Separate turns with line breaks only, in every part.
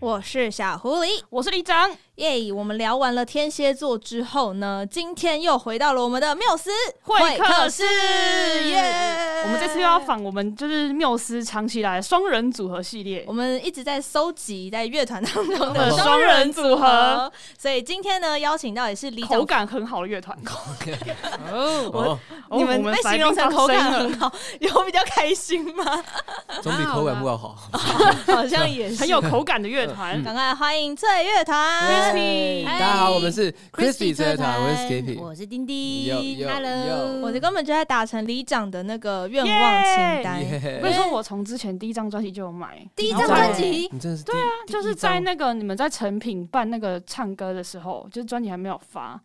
我是小狐狸，
我是李长，
耶、我们聊完了天蝎座之后呢，今天又回到了我们的缪斯
客
室，耶、呃
耶！我们这次又要访我们就是缪斯长期以来的双人组合系列
我，们一直在搜集在乐团当中的
的 双人组合，，
所以今天呢，邀请到也是李
口
长。
感很好的乐团。哦，
哦，
你们被形容成口感
很
很好， 有比较开心吗？
总比口感不要好。
好像也是
很。有口感的乐团。
赶快欢迎翠乐团
Crispy
大家好，我们是 Crispy 车团，我是
我
Skippy。
是丁
Yo,
丁
yo,
，Hello，
yo
我的根本就在达成里长的那个愿望清单。
我
耶
跟你说，我从之前第一张专辑就有买，
第一
张
专
辑你真的是对啊，
就是在那个你们在成品办那个唱歌的时候，就是专辑还没有发。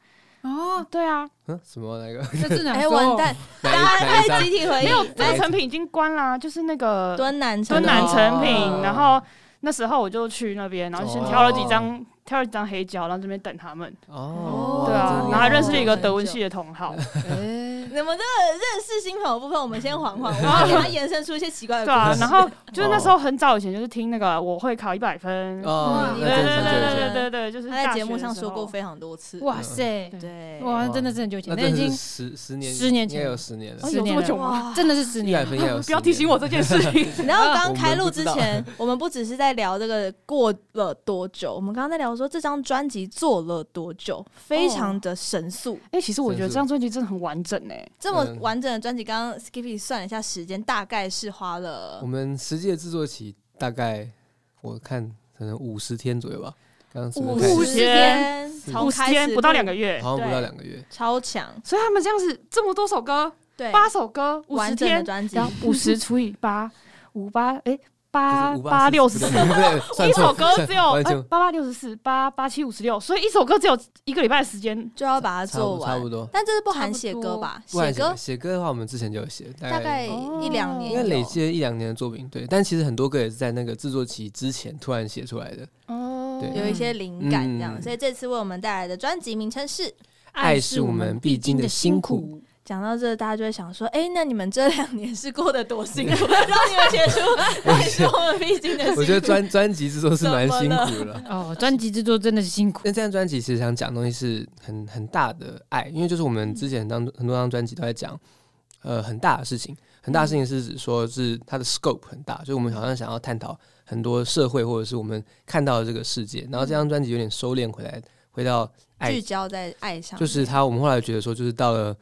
哦，
对啊，
嗯什么那个
这是哪
哎、
时候
完蛋，
哪
大家
一哪一
太
张
集体回
没有
忆。，
这个成品已经关啦，就是那个
敦南城
敦南成
哦
品，然后那时候我就去那边，然后先
哦
挑了几张，挑了几张黑胶，然后这边等他们，
哦，
对啊
真，的
然后还认识了
这
一个德文系的同 好，
哎
你们这个认识新朋友的部分，我们先缓缓， 我要给他延伸出一些奇怪的
对啊
故，事。
然后就是那时
哦
候很早以前就是听那个我会考一百分，对
哦，
对
那真
对
的是很久以
对
前，
对对对，就是
他在
大学
节目上
的时候
说 过非常多次。
哇塞，
对，
哇，真的是很久以前，
那
那
真
已
的
经
是十十年
十年前
应该有十年了
哦，
十
有这
年
么
了
久吗？
真的是十
一
年
百，分应该有。
不要提醒我，这件事情。
你知道刚开录之前，我们不只是在聊这个过了多久，我们刚刚在聊说这张专辑做了多久，非常的神速。
哎，其实我觉得
真是
这张专辑真的很完整哎，
这么完整的专辑，刚刚 Skippy 算了一下时间，大概是花了
我们实际的制作期大概我看可能五十天左右吧，刚刚随便看一
50
下
五十天，
五
从
十
开
天
始
不到
录
两个月，
好像不
对
到两个月，
超强，
所以他们这样子这么多首歌，
对，
八首歌，五
完
十
整的
天，
专辑
然后五十除以八，五八哎八
就是584
八六十四
不。对不对，算
一
错
首歌只有 哎
完全
八八六十四八八七五十六，所以一首歌只有一个礼拜的时间。
就要把它
差不
啊做
多差
完
不。多。
但这是不含写歌吧？
不然
写歌
写歌的话，我们之前就有写，
大概
哦
一两年
应
有，
该累积了一两年的作品，对。但其实很多歌也是在那个制作期之前突然写出来的。
哦
对
有一些灵感这样。
嗯
所以这次为我们带来的专辑名称是。
爱是我们必经的辛苦，
讲到这，大家就会想说：“哎、那你们这两年是过得多辛苦， 让你们写出爱是我们必经的辛苦。”
我觉得专专辑制作是蛮辛苦的。
哦，专辑制作真的是辛苦，
那这张专辑其实想讲的东西是很很大的爱，因为就是我们之前当很多张专辑都在讲，呃，很大的事情。很大的事情是指说是它的 scope 很大，所以我们好像想要探讨很多社会或者是我们看到的这个世界。然后这张专辑有点收敛回来，回到爱
聚焦在爱上，
就是他，我们后来觉得说，就是到了，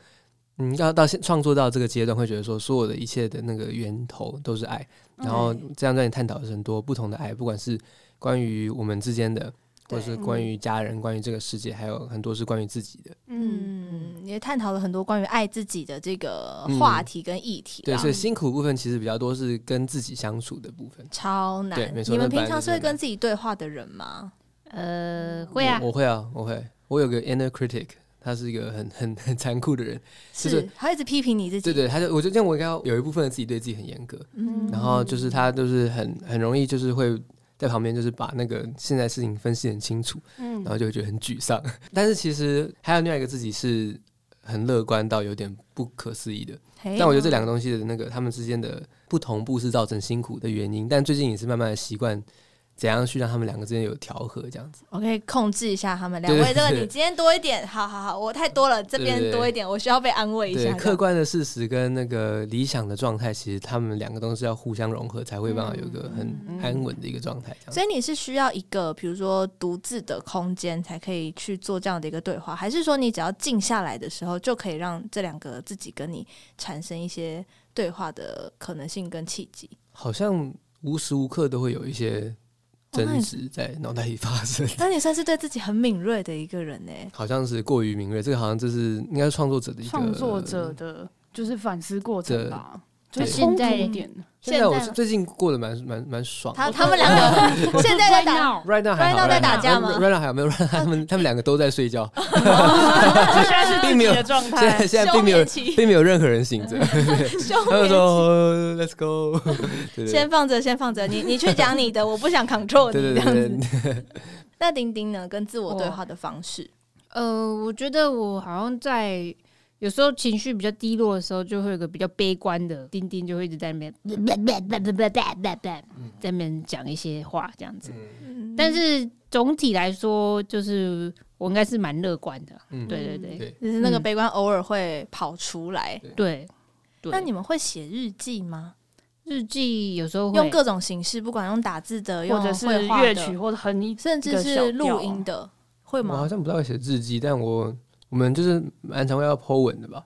嗯，要到现创作到这个阶段，会觉得说，所有的一切的那个源头都是爱。然后这样专辑探讨的是很多不同的爱，不管是关于我们之间的，或
对
者是
嗯
关于家人、关于这个世界，还有很多是关于自己的。
嗯，
嗯，也探讨了很多关于爱自己的这个话题跟议题
嗯对，
啦。
所以辛苦部分其实比较多是跟自己相处的部分。
超难
对没。错
你们
那本
平
来
常是
就是
会跟自己对话的人吗？
呃，会啊
我，我会啊，我会，我有个 inner critic，他是一个很很很残酷的人。就是
是，他一直批评你自己。
对对，他就我就认为应该要有一部分的自己对自己很严格。
嗯
然后就是他就是很很容易就是会在旁边就是把那个现在事情分析得很清楚，
嗯
然后就会觉得很沮丧。 但是其实还有另外一个自己是很乐观到有点不可思议的。
嘿
但我觉得这两个东西的那个他们之间的不同步是造成辛苦的原因。但最近也是慢慢的习惯。怎样去让他们两个之间有调和？这样子，
我可以控制一下他们两
对对
位。这个
对
你今天多一点，好好好，我太多了，这
对
边
对
多一点，我需要被安慰一
对
下。
客观的事实跟那个理想的状态，其实他们两个都是要互相融合，才会办法有一个很
嗯
安稳的一个状态。这样子
所以你是需要一个，比如说独自的空间，才可以去做这样的一个对话，还是说你只要静下来的时候，就可以让这两个自己跟你产生一些对话的可能性跟契机？
好像无时无刻都会有一些
哦
争执在脑袋里发生，
那你算是对自己很敏锐的一个人呢、
好像是过于敏锐。这个好像就是应该是创作者的一个
创作者。的就是反思过程吧，就
对
是冲突
现在
一点。
现在我
现在
是最近过得蛮蛮蛮爽的。
他他们两个现在在打，
闹，
Right now
Right
还
now
好
在打架吗
？Right now 还有没有？Right now 他们他们两个都在 睡觉，
现在是自己的状
现在
态，
现
休
在并没有
眠期
并没有任何 人醒着。
休
他们
眠
说
期。
哦 Let's go，对 对
先放着，先放着，你你去讲你的，我不想 control
对
你这
对
样
对
子。
对，
那丁丁呢，跟自我对话的方式，
呃，我觉得我好像在有时候情绪比较低落的时候，就会有个比较悲观的丁丁，就会一直在那边在那边讲一些话这样子。
嗯
但是总体来说，就是我应该是蛮乐观的。
嗯
对对对
对，
就是那个
嗯
悲观偶尔会跑出来。
对，对
那你们会写日记吗？
日记有时候会
用各种形式，不管用打字的，
或
用
者是
绘画
乐
的
曲，或者哼一
甚至是录音的，会
我
吗
好？像不太会写日记，但我我们就是蛮常会要 po 文的吧。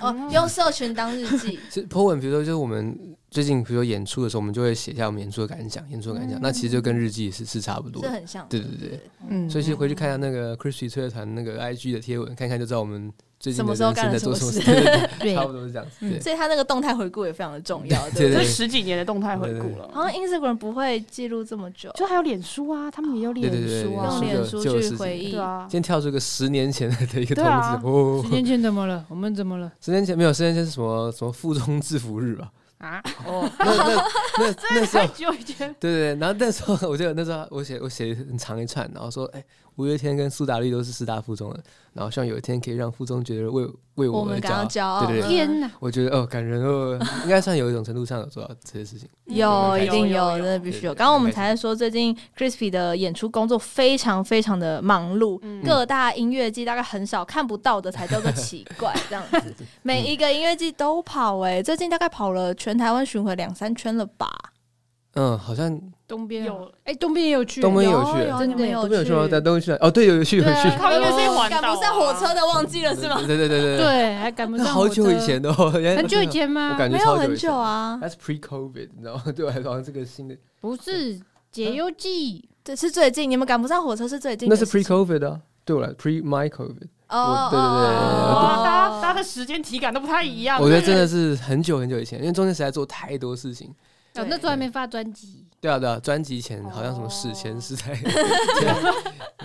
哦，
嗯
用社群当日记
是 po 文，比如说就是我们最近比如说演出的时候，我们就会写下我们演出的感想、
嗯
演出的感想，那其实就跟日记是是差不多
是
的。
很像的。
对对对，
嗯
所以其实回去看一下那个 Christy 吹乐团那个 IG 的贴文，看看就知道我们最近
什
的
么时候
人
干
生
了
在做什么
什
事
么，
对对对
对
差不多是这样子。
嗯
对，
所以他那个动态回顾也非常的重 要，对
对
不
这
对？
对
十几年的动态回顾了。
好像 Instagram 不会记录这么久，
就还有脸书啊，他们也有脸书啊，
用
对对对
脸
脸
书
书
去回忆
对。啊
今，天跳出一个十年前的一
对
个通
啊
知，哦
十，年前怎么了？ 我们怎么了
十年前没有，十年前是什么什么附中制服日吧？
啊？
哦，那那那 那时
太
候
久以前，
对对对，然后那时候我记得那时候我写我写很长一串，然后说，哎，五月天跟苏打绿都是师大附中的，然后希望有一天可以让附中觉得为为
我
而
们
骄
感到
傲。
骄傲，
对对啊对
天哪！
我觉得哦，感人哦，应该算有一种程度上有做到这些事情。
有，
嗯
一定
有有
有，
有
真的必须有。
对对
刚刚我们才在说，最近 Crispy 的演出工作非常非常的忙碌，
嗯
嗯
各大音乐季大概很少看不到的才叫做奇怪，这样 子，
嗯
每一个音乐季都跑，哎，最近大概跑了全台湾巡回两三圈了吧？
嗯，好像
东边
有
有哎，东边也有去，
东边有去
有，
真的
有
都
哦去
没有去吗？但都去了哦，对，有有去有
对啊
去，
他们应该是环岛
赶
啊
不上火车的，忘记了是吗？
对对对对对，
对，还赶不
那
上
好
火车
久以，前的哦，
很
很
久以，前吗
我？感觉
没有
超
很
以前哎
久。啊，
That's pre-COVID，你知道吗？ 对我来说，这个新的
不
嗯
是解忧记，
这是最近，你们赶不上火车是最近
那
的
是
事情，
pre-COVID 啊，对我来 pre my COVID。
哦
我对对对对对对
哇，大家
哦
大家的时间体感都不太一样。
我觉得真的是很久很久以前，因为中间实在做太多事情。
对
哦，那时候还没发专辑，
对啊对啊，专辑前好像什么
哦
事前是在，对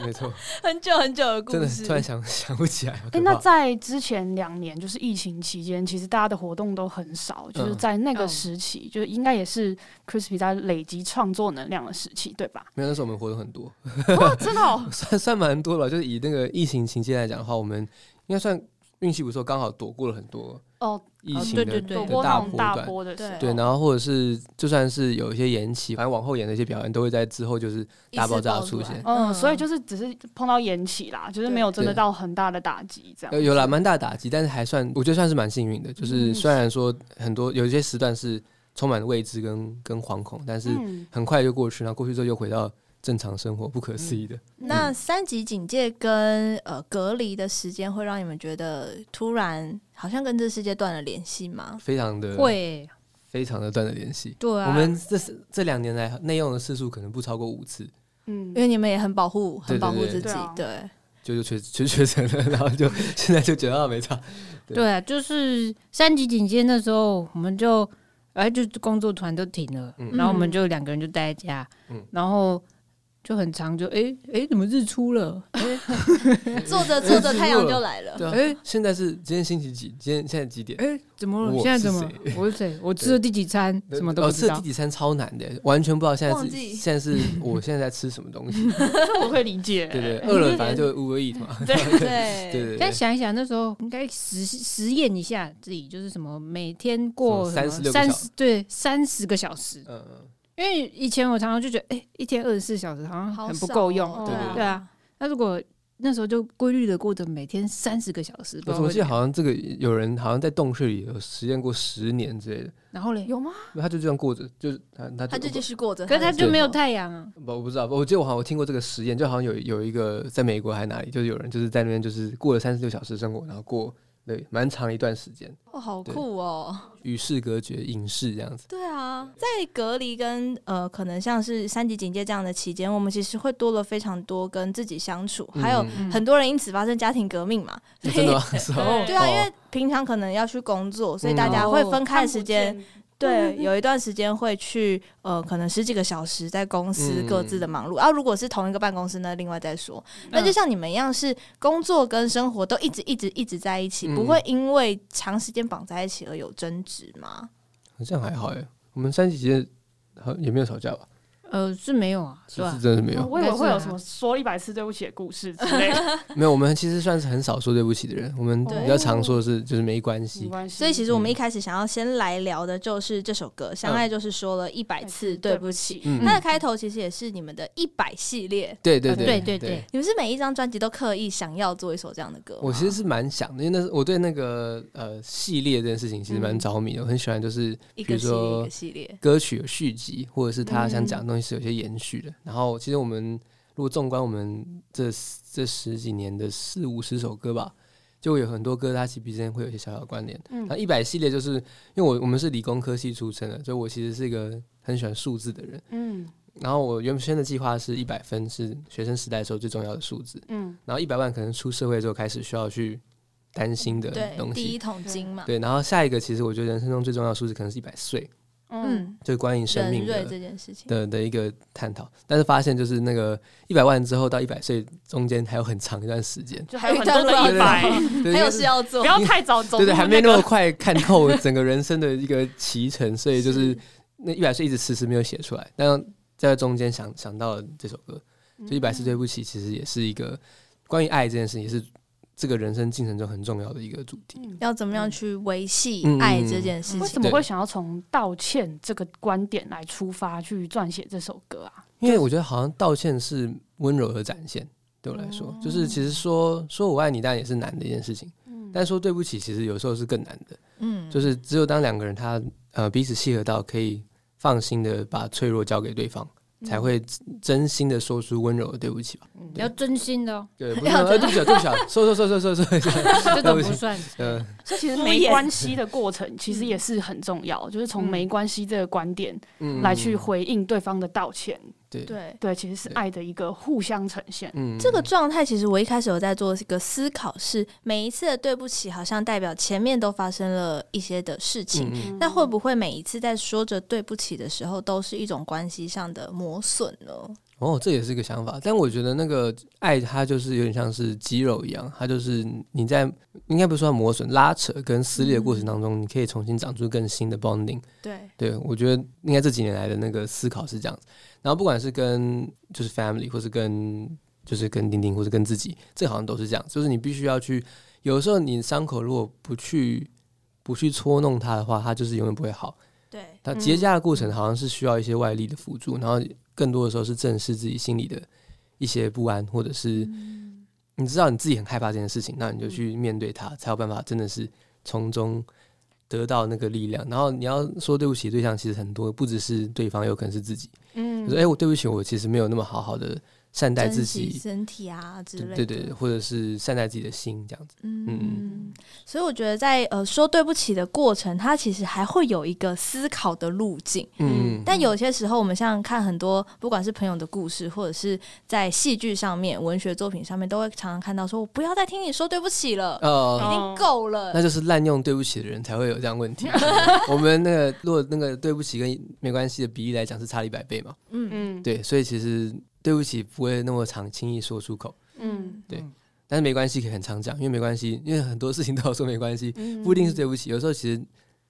没错，
很久很久的故
真的
事
突。然想想不起来，好
哎、
可
那
怕。
在之前两年，就是疫情期间，其实大家的活动都很
嗯
少，就是在那个时期，就是应该也是 Crispy 在累积创作能量的时期，对吧？
没有那时候我们活动很多，
哦，真的、哦，
算 算蛮多了。就是以那个疫情期间来讲的话，我们应该算运气不错，刚好躲过了很多
哦，
疫情啊
对
的
对对
躲
的
过
大
那种
波
大
段。
波的时候，
对，然后或者是就算是有一些延期，反正往后延的一些表演都会在之后就是大爆炸出现。
嗯，所以
就
就是只是碰到延期啦，就是没有真的到很大的打击这
有
样。
有啦，蛮大的打击，但是还算，我觉得算是蛮幸运的。就是虽然说很多有一些时段是充满未知跟跟惶恐，但是
嗯，
很快就过去，然后过去之后又回到正常生活，不可思议的。
嗯
那三级警戒跟呃隔离的时间，会让你们觉得突然好像跟这世界断了联系吗？
非常的
会，
非常的断了联系。
对啊，
我们这这两年来内用的次数可能不超过五次，
嗯
因，为你们也很保护，很
对对
保护
对
自己
对啊，
对。
就就确就确诊了，然后就 现在就觉得啊没差。对
对啊，就是三级警戒那时候，我们就哎，就工作团都停了，
嗯
然后我们就两个人就待在家，
嗯
然后就很长就哎哎，怎么日出了？
嗯
坐着坐着
日落
太阳就来了，
对啊，
哎
现在是今天星期几？今天现在几点？
哎，怎么了？
我
现在
是
怎么
谁？
我是谁？我吃了第几餐？什么都不
哦，
知
吃
道
第。几餐超难的，完全不知道现在
忘
是
记
现在 是我现在在吃什么东西。
这我可以理解。
对对，饿了反正就 Uber Eat 嘛。
对
对
对对
但
对，
想一想，那时候应该实实验一下自己，就是什么每天过
什么36个
三
小
十对三十个小时，
嗯嗯，
因为以前我常常就觉得，哎、一天二十四小时好像
好
很不
少
够
哦
用，
对
对
对啊，那如果那时候就规律的过着每天三十个小时，不知
我
道
我
会
记得
怎样
好像这个有人好像在洞穴里有实验过十年之类的，
然后嘞，
有吗？
他就这样过着，就是哦他他
他就继续过着，
可是他就
对
没有太阳啊，
不，我不知道，我记得我好像有听过这个实验，就好像有有一个在美国还哪里，就是有人就是在那边就是过了三十六小时生活，然后过了蛮长一段时间，
哦，好酷哦！
与世隔绝、隐世这样子。
对啊，在隔离跟呃，可能像是三级警戒这样的期间，我们其实会多了非常多跟自己相处，还有
嗯
很多人因此发生家庭革命嘛，所
那
以
真的吗？是吗
对啊，
哦
因为平常可能要去工作，所以大家会分开的时间。
嗯
对，有一段时间会去呃，可能十几个小时在公司
嗯
各自的忙碌。啊，如果是同一个办公室，那另外再说。那就像你们一样，是工作跟生活都一直一直一直在一起，
嗯
不会因为长时间绑在一起而有争执吗？
欸好像还好哎，我们三级节好像也没有吵架吧？
呃，是没有啊，是
是
吧
是？真的没
哦
有，
嗯我以为会有什
但
么说一百次对不起的故事之类 的，
没有。我们其实算是很少说对不起的人，我们
对
比较常说的是就是没关
没
系。
关系。
所以其实我们
嗯
一开始想要先来聊的就是这首歌，相爱就是说了一百次对不起。
嗯
它的开头其实也是你们的一百系列，
对对
呃
对
对对对，
你们是每一张专辑都刻意想要做一首这样的歌吗
我其实是蛮想的，因为那是我对那个呃系列这件事情其实
嗯
蛮着迷的，我很喜欢就是
一个
比如
系列一
说
个系列，
歌曲有续集，或者是他想
嗯
讲的东西是有些延续的。然后其实我们如果纵观我们这这十几年的四五十首歌吧，就有很多歌它其实之间会有一些小小的关联。
嗯
然后一百系列就是因为我我们是理工科系出身的，所以我其实是一个很喜欢数字的人。
嗯
然后我原先的计划是一百分是学生时代的时候最重要的数字，
嗯，
然后一百万可能出社会之后开始需要去担心的
嗯对，
东
第一
西。
桶金嘛，
对，然后下一个其实我觉得人生中最重要的数字可能是一百岁，
嗯，
嗯，
就是关于生
人
命
瑞
的
这件事情，
的的一个探讨，但是发现就是那个一百万之后到一百岁中间还有很长一段时间
就还有很多的一百，
还
对
有
因为
事要做
不，要太早走入
对对，还没
那
那么
个
快看透整个人生的一个骑程，所以就是那一百岁一直迟迟没有写出来，但在中间想想到了这首歌，就一百次对不起，其实也是一个关于爱这件事，也是这个人生进程中很重要的一个主题。
要怎么样去维系
嗯
爱这件事
为
情？
什么
对
会想要从道歉这个观点来出发去撰写这首歌啊？
因为我觉得好像道歉是温柔的展现，对我来说，就是其实说说我爱你，当然也是难的一件事情，但说对不起，其实有时候是更难的。
嗯，
就是只有当两个人他呃彼此契合到可以放心的把脆弱交给对方，才会真心的说出温柔的对不起吧。
嗯
要真 心的哦，
对，不是说呃对不起啊，对不起啊，说说说说说说，
这种
不
不
行
算。
呃，
这其实
敷
没
衍
关系的过程，其实也是很重要，就是从没关系这个观点
嗯
来去回应对方的道歉。
对，
对。
对，其实是
对
爱的一个互相呈现。
嗯，
这个状态其实我一开始有在做一个思考是，每一次的对不起好像代表前面都发生了一些的事情，
嗯
那会不会每一次在说着对不起的时候，都是一种关系上的磨损呢？
哦，这也是个想法，但我觉得那个爱它就是有点像是肌肉一样，它就是你在应该不是说磨损、拉扯跟撕裂的过程当中，你可以重新长出更新的 bonding。
对，
对我觉得应该这几年来的那个思考是这样子。然后不管是跟就是 family，或是跟就是跟丁丁，或是跟自己，这好像都是这样，就是你必须要去，有时候你伤口如果不去不去搓弄它的话，它就是永远不会好。
对，
它
嗯
结痂的过程好像是需要一些外力的辅助，然后更多的时候是正视自己心里的一些不安，或者是
嗯
你知道你自己很害怕这件事情，那你就去面对它，才有办法真的是从中得到那个力量。然后你要说对不起，对象其实很多，不只是对方，有可能是自己。就
嗯
说哎、诶我对不起，我其实没有那么好好的善待自
珍惜
己，
身体啊之类的，
对对对，或者是善待自己的心这样子。
嗯，所以我觉得在呃说对不起的过程，它其实还会有一个思考的路径。
嗯，
但有些时候，我们像看很多，不管是朋友的故事，或者是在戏剧上面、文学作品上面，都会常常看到说：“我不要再听你说对不起了，
呃
已
哦
经够了。
那就是滥用对不起的人才会有这样问 题。我们那个如果那个对不起跟没关系的比例来讲是差了一百倍嘛，
嗯
嗯
对，所以其实对不起不会那么常轻易说出口，
嗯
但是没关系可以很常讲，因为没关系，因为很多事情都有说没关系，
嗯
不一定是对不起，有时候其实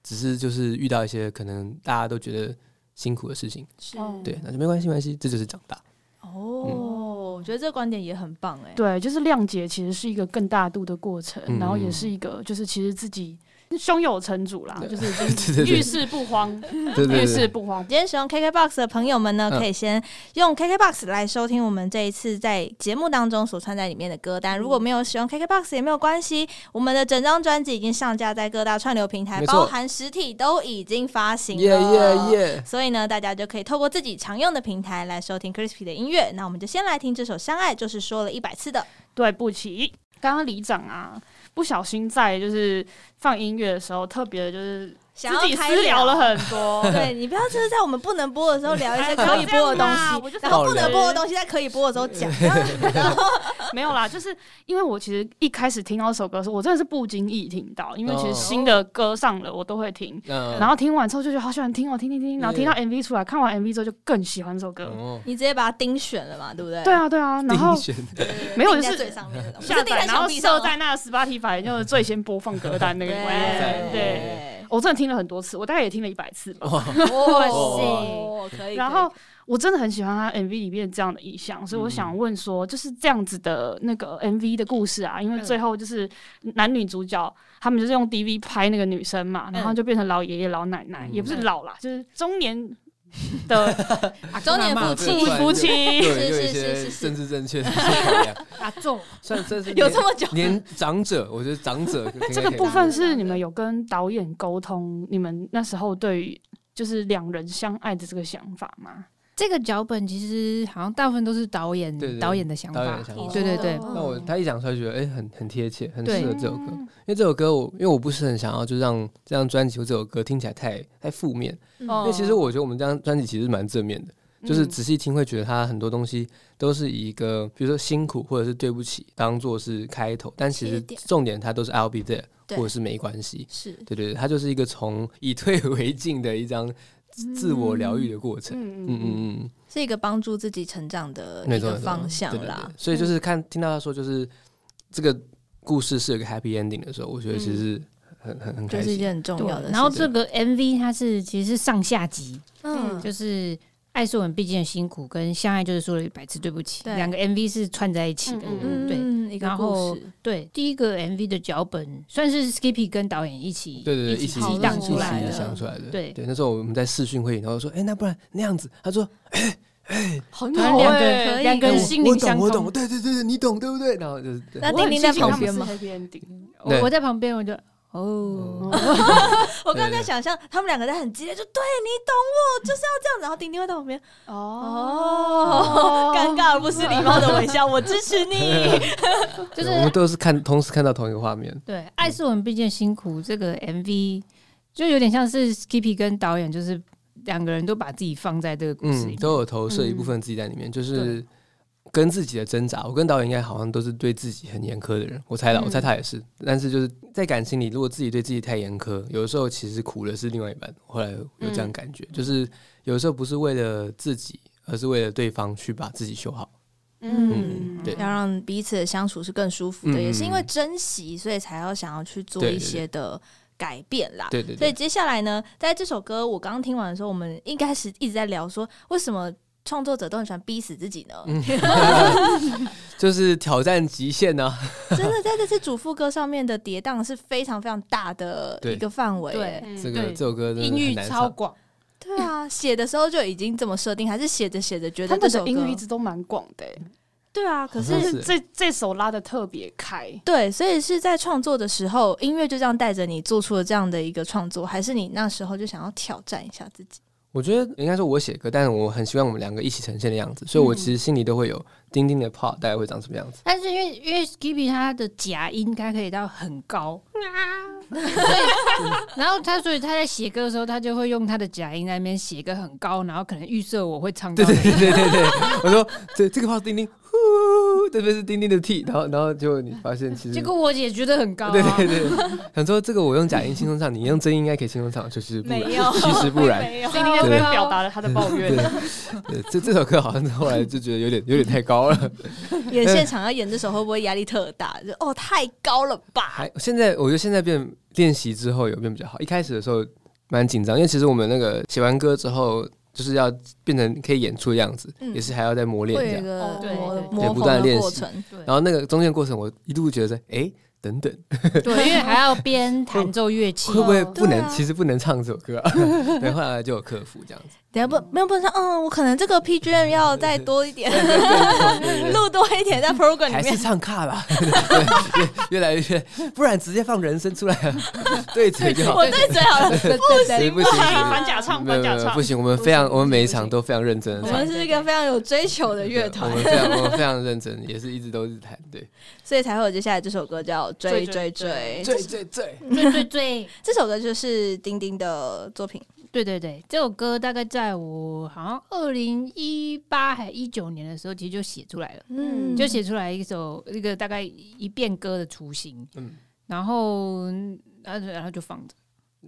只是就是遇到一些可能大家都觉得辛苦的事情，
是
哦
对，嗯那就没关系没关系，这就是长大。
哦，我觉得这个观点也很棒哎。
对，就是谅解其实是一个更大度的过程，
嗯
然后也是一个就是其实自己胸有成竹啦，就是已经
对对对
遇事不慌，
对
遇
对
事
对，
不慌。
今天使用 KKBOX 的朋友们呢，
嗯
可以先用 KKBOX 来收听我们这一次在节目当中所串在里面的歌
嗯
单。如果没有使用 KKBOX 也没有关系，我们的整张专辑已经上架在各大串流平台，
没错
包含实体都已经发行了。
耶耶耶！
所以呢，大家就可以透过自己常用的平台来收听 Crispy 的音乐。那我们就先来听这首《相爱》，就是说了一百次的，
对不起，刚刚里长啊，不小心在就是放音乐的时候，特别就是
想
自
要
己
开
私聊了很多，
对你不要就是在我们不能播的时候聊一些
哎
可以播的
不要这
东
样啦我
西
就，
然后不
是老
能
人
播的东西在可以播的时候讲。
没有啦，就是因为我其实一开始听到这首歌的时候，我真的是不经意听到，因为其实
哦
新的歌上了我都会听，
嗯
然后听完之后就觉得好喜欢听哦，听听听，然后听到 MV 出来，看完 MV 之后就更喜欢这首歌。
哦，
你直接把它盯选了嘛，对不对？
对啊，对啊，然后
丁选
没有
钉
就
在
是
最上面的东西，
下
不是钉
载，
在
然后
墙壁上
设
哦
在那 Spotify 就是最先播放歌单那个对对，我真的听了很多次，我大概也听了一百次吧。
哎对，嗯
哇
哦哇塞，可以。
然后我真的很喜欢他 MV 里面这样的意象，所以我想问说，就是这样子的那个 MV 的故事啊，
嗯
因为最后就是男女主角他们就是用 DV 拍那个女生嘛，然后
嗯
就变成老爷爷老奶奶，
嗯
也不是老啦，就是中 年的
啊中年
阿
夫
公
妻
对
夫 妻
对对
是
有一
是是
些
是是
政治正确的一些考量，
阿昼，
算这是
有
年
这么久？
年长者，我觉得长者应该
这
可
个
以
部分是你们有跟导演沟通，你们那时候对于就是两人相爱的这个想法吗？
这个脚本其实好像大部分都是导演
对对对
导演的想
导演
法
的，想法
对对对
那我他一讲出来，觉得哎、很很贴切，很
对
适合这首歌。
嗯
因为这首歌我，因为我不是很想要就让这张专辑或这首歌听起来太太负面。因
哦
为其实我觉得我们这张专辑其实蛮正面的，就是
嗯
仔细听会觉得它很多东西都是以一个比如说辛苦或者是对不起当做是开头，但其
起
实
点
重点它都是 I'll be there
对
或者是没关系。
是
对对对，它就是一个从以退为进的一张自自我疗愈的过程。
嗯
嗯嗯嗯，
是一个帮助自己成长的
没
一
错
个
没错
方向
对对
啦嗯
对。。所以就是看听到他说，就是这个故事是有个 happy ending 的时候，我觉得其实很很很
嗯就
开
是一
心。
件很嗯重
对
要的事情。
然后这个 MV 它是其实是上下集，
嗯，
就是爱是我们毕竟的辛苦，跟相爱就是说了一百次对不起，
对
两个 MV 是串在一起的。
嗯
嗯，
对
嗯一个
然后
故事，
对，第一个 MV 的脚本算是 Skippy 跟导演一起
对对对，一起
起
讨
激
论
荡
出
出
来
来
的
一
的
起。想出来的。
对
对，那时候我们在视讯会议，然后说，哎，那不然那样子，他说
好
突然
好
两
欸
哎，
可
个
以
两个
跟
哎
人
我
心
我
灵
懂
相
我懂，
通。
对对对对，你懂对不对？然后就是对
那
我
丁
很
丁在
庆幸
旁
他们
边
是
吗？
happy ending
对
我我在旁边，我就哦，
我刚刚
对
在
对
想象他们两个在很激烈，就对你懂我就是要这样，然后丁丁会在旁边哦， 尴尬而不失礼貌的微笑，我支持你。
就
对我们
是
都是看同时看到同一个画面。
对，爱是我们毕竟的辛苦。这个 MV 就有点像是 Skippy 跟导演，就是两个人都把自己放在这个故
嗯
事里，面。
都有投射一部分自己在里面，就是跟自己的挣扎。我跟导演应该好像都是对自己很严苛的人，我猜了，
嗯
我猜他也是。但是就是在感情里，如果自己对自己太严苛，有的时候其实苦的是另外一半。后来有这样感觉，就是有的时候不是为了自己，而是为了对方去把自己修好。嗯对
要让彼此的相处是更舒服的，
嗯
也是因为珍惜，所以才要想要去做
对对
一些的改变啦。
对对
所以
对，
接下来呢，在这首歌我刚刚听完的时候，我们一开始一直在聊说，为什么创作者都很喜欢逼死自己呢？
嗯就是挑战极限啊呢、
真的在这次主副歌上面的跌宕是非常非常大的一个范围。
对，
嗯
这个
对
这首歌真的
音
很
域
难
超
唱。
广，
对啊，写的时候就已经这么设定，还是写着写着觉
他
得这
们
首
的
歌
音域一直都蛮广的欸，
对啊，可
好像
是
是
这这首拉的特别开，
对，所以是在创作的时候，音乐就这样带着你做出了这样的一个创作，还是你那时候就想要挑战一下自 己？
我觉得应该说我写歌，但是我很希望我们两个一起呈现的样子，所以我其实心里都会有丁丁的 part 大概会长什么样子。
但是因为因为 Skippy 他的假音应该可以到很高，
啊
所以然后他所以他在写歌的时候，他就会用他的假音在那边写歌很高，然后可能预设我会
哦
唱
对
到
对对对对，我说这这个话是丁丁，呼，这边是丁丁的 T，然后然后就你发现其实
结果我也觉得很高、啊，
对对对，对想说这个我用假音轻松唱，你用真音应该可以轻松唱，就是不然，
有
其实不然。
没有
丁丁在这边表达了他的抱
对
怨。
对，这这首歌好像后来就觉得有点有点太高了，
演现场要演这首会不会压力特大？就哦，太高了吧？
还现在我觉得现在变练习之后有变比较好，一开始的时候蛮紧张，因为其实我们那个写完歌之后就是要变成可以演出的样子，
嗯
也是还要再磨练
会有
这样
一。个
哦
对
磨
对对
磨
不
缝
断
的
练
过
习
程，
然后那个中间过程，我一度觉得，哎，等等，
对，因为还要编弹奏乐器
会，不会不能？
对啊
其实不能唱这首歌、啊，对，后来就有克服这样子。
等下不没有不能说，嗯，我可能这个 PGM 要再多一点，录多一点在 program
还
里
是
面。
唱卡吧，对越越来越，不然直接放人声出来啊，对嘴就好
我。对嘴好了，
不
行不行，不行
反假唱，
没有
反
没
假
有没有
唱，
不行，我们非常，我们每一场都非常认真
我
的唱
们，是一个非常有追求的乐
我
团，
们非常我们非常认真，也是一直都是弹，对，
所以才会有接下来这首歌叫《追追
追
追》。
最最最，
对对对
这首歌就是丁丁的作品，
对对对，这首歌大概在我好像二零一八还一九年的时候，其实就写出来了，
嗯
就写出来一首一个大概一遍歌的雏形，
嗯，
然后然后然后就放着。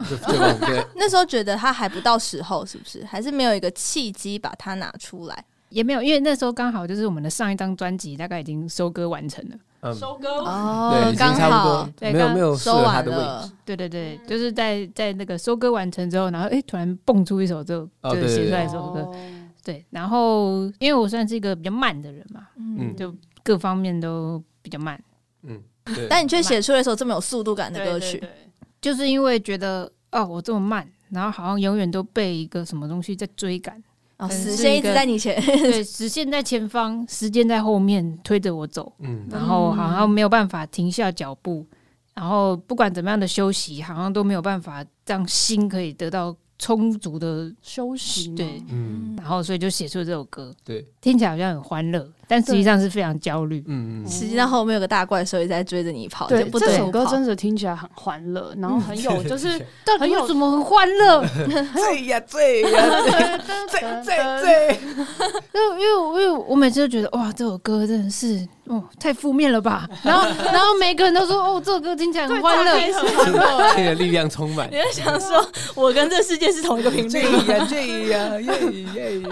就就放对，
那时候觉得他还不到时候，是不是？还是没有一个契机把它拿出来？
也没有，因为那时候刚好就是我们的上一张专辑大概已经收割完成了。
嗯，
收割。
哦
对，已经
刚
差不多
好，
对
没有
刚
没有适
收
合他
完
的位置，
了。
对对对，就是在在那个收割完成之后，然后哎、诶突然蹦出一首这首，
哦
就
对对
是
哦
对
写出来一首歌，对，然后因为我算是一个比较慢的人嘛，
嗯，
就各方面都比较慢，
嗯，对，
但你却写出了一首这么有速度感的
对
歌
对
曲，
对
就是因为觉得哦，我这么慢，然后好像永远都被一个什么东西在追赶，
哦，
可能
死
是
线
一
一直
个
在你前，
对，实现在前方，时间在后面推着我走，
嗯
然后好像没有办法停下脚步，然后不管怎么样的休息，好像都没有办法让心可以得到充足的，
休息嘛
对
嗯
然后所以就写出这首歌，
对，
听起来好像很欢乐，但实际上是非常焦虑。
嗯嗯，
实际上后面有个大怪兽一直在追着你跑，
对
哦就，不
这
得
首
不
歌
跑
真的听起来很欢乐，然后很
嗯
有就是
到底为什哎么很欢乐？
哎
醉呀醉呀 醉醉醉，
因为因为我因为我每次都觉得哇，这首歌真的是哦太负面了 吧。然后然后每个人都说哦，这首歌听起来很欢乐。
你的力量充满
你，在 想说，我跟这世界是同一个频率吗？
呀醉呀耶耶，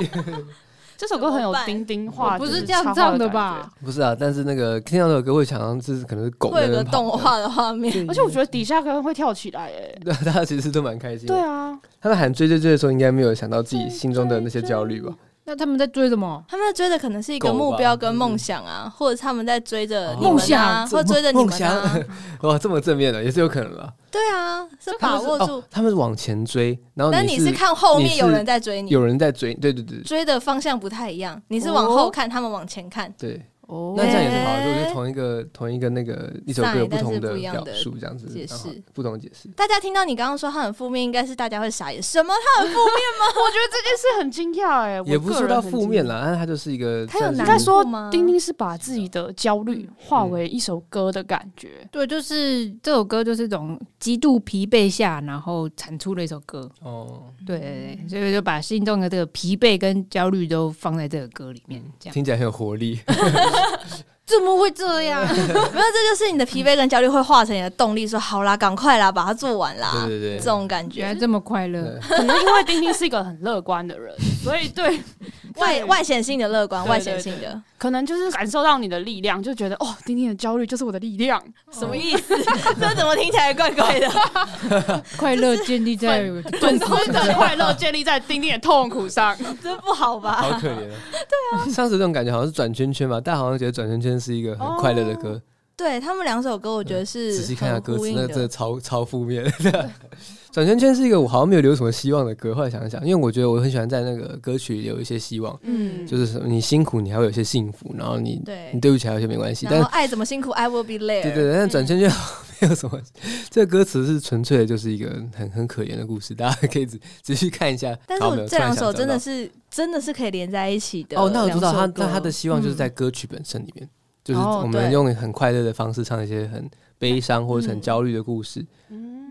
这首歌很有丁丁话，
我不
就是是
这样
插画
唱的
感
吧
觉？
不是啊，但是那个听到这首歌会想到这是可能是狗
会
在
有
那
个
边跑
动
的，
画的画面，
而且我觉
嗯
得底下可能会跳起来，哎，
对， 大家其实都蛮开心的
对。啊，
他们喊追追追的时候，应该没有想到自己心中的那些焦虑
啊
吧？
那他们在追什么？
他们追的可能是一个
狗吧
目标跟梦想啊，或者是他们在追着你们啊
梦想
或者追着你们啊，
哇，这么正面的也是有可能了。
对啊，是把握住
哦。，他们是往前追，然后
但
哦你
你是看后面有人在追你，
有哦人在追，对对对
追的方向不太一样，你是往后看，他们往前看。
对，
哦
那这样也是好，
哎
就是同一个同一个那个一首歌有不同
但是不一样
表
的
述，这样子
解释，
然后不同的解释。
大家听到你刚刚说他很负面，应该是大家会傻眼，什么他
我觉得这件事很惊讶，哎，
也不是说到负面
了。
啦，但是它就是一个
他有
算是
难
在说
过嗯吗？
丁丁是把自己的焦虑化为一首歌的感觉，
对，就是这首歌就是一种极度疲惫下，然后产出的一首歌。
哦，
对对对，所以就把心中的这个疲惫跟焦虑都放在这个歌里面。
啊
这样
听起来很有活 力。
怎么会这样？
没有，这就是你的疲惫跟焦虑会化成你的动力，说好啦，赶快啦，把它做完啦，
对对对
这种感
原来
觉。
这么快乐
对。
嗯
可能因为丁丁是一个很乐观的人，所以对
外外显性的乐观，
对对
外显性的
可能就是感受到你的力量，就觉得哦，丁丁的焦虑就是我的 力量。
什
哦
么意思？ 这怎么听起来怪怪的？
快乐建立在 痛苦
真的快乐建立在丁丁的痛苦上，
这不好吧？
好可 怜啊！对啊，上次这种感觉好像是转圈圈嘛，大家好像觉得转圈圈是一个很快乐的歌。
对他们两首歌，我觉得哦是
仔细看一下歌词，
很呼
那
应
真
的
的超超负面。 转圈圈是一个我好像没有留什么希望的歌，后来想一想，因为我觉得我很喜欢在那个歌曲留一些希望，
嗯
就是什么你辛苦，你还会有些幸福，然后你你
对。
对不起还有些没关系，但
然后爱怎么辛苦，I will be
对
there。
对，对但转圈圈 没有什么，这个歌词是纯粹的就是一个很很可怜的故事，大家可以仔仔细看一下。
但是
好
我
没有
这两
突然想
首
到
真的是真的是可以连在一起的。
哦，那我知道他
两首歌嗯
那他的希望就是在歌曲本身里面，就是
哦
我
对嗯
们用很快乐的方式唱一些很悲伤或者很焦虑的故事，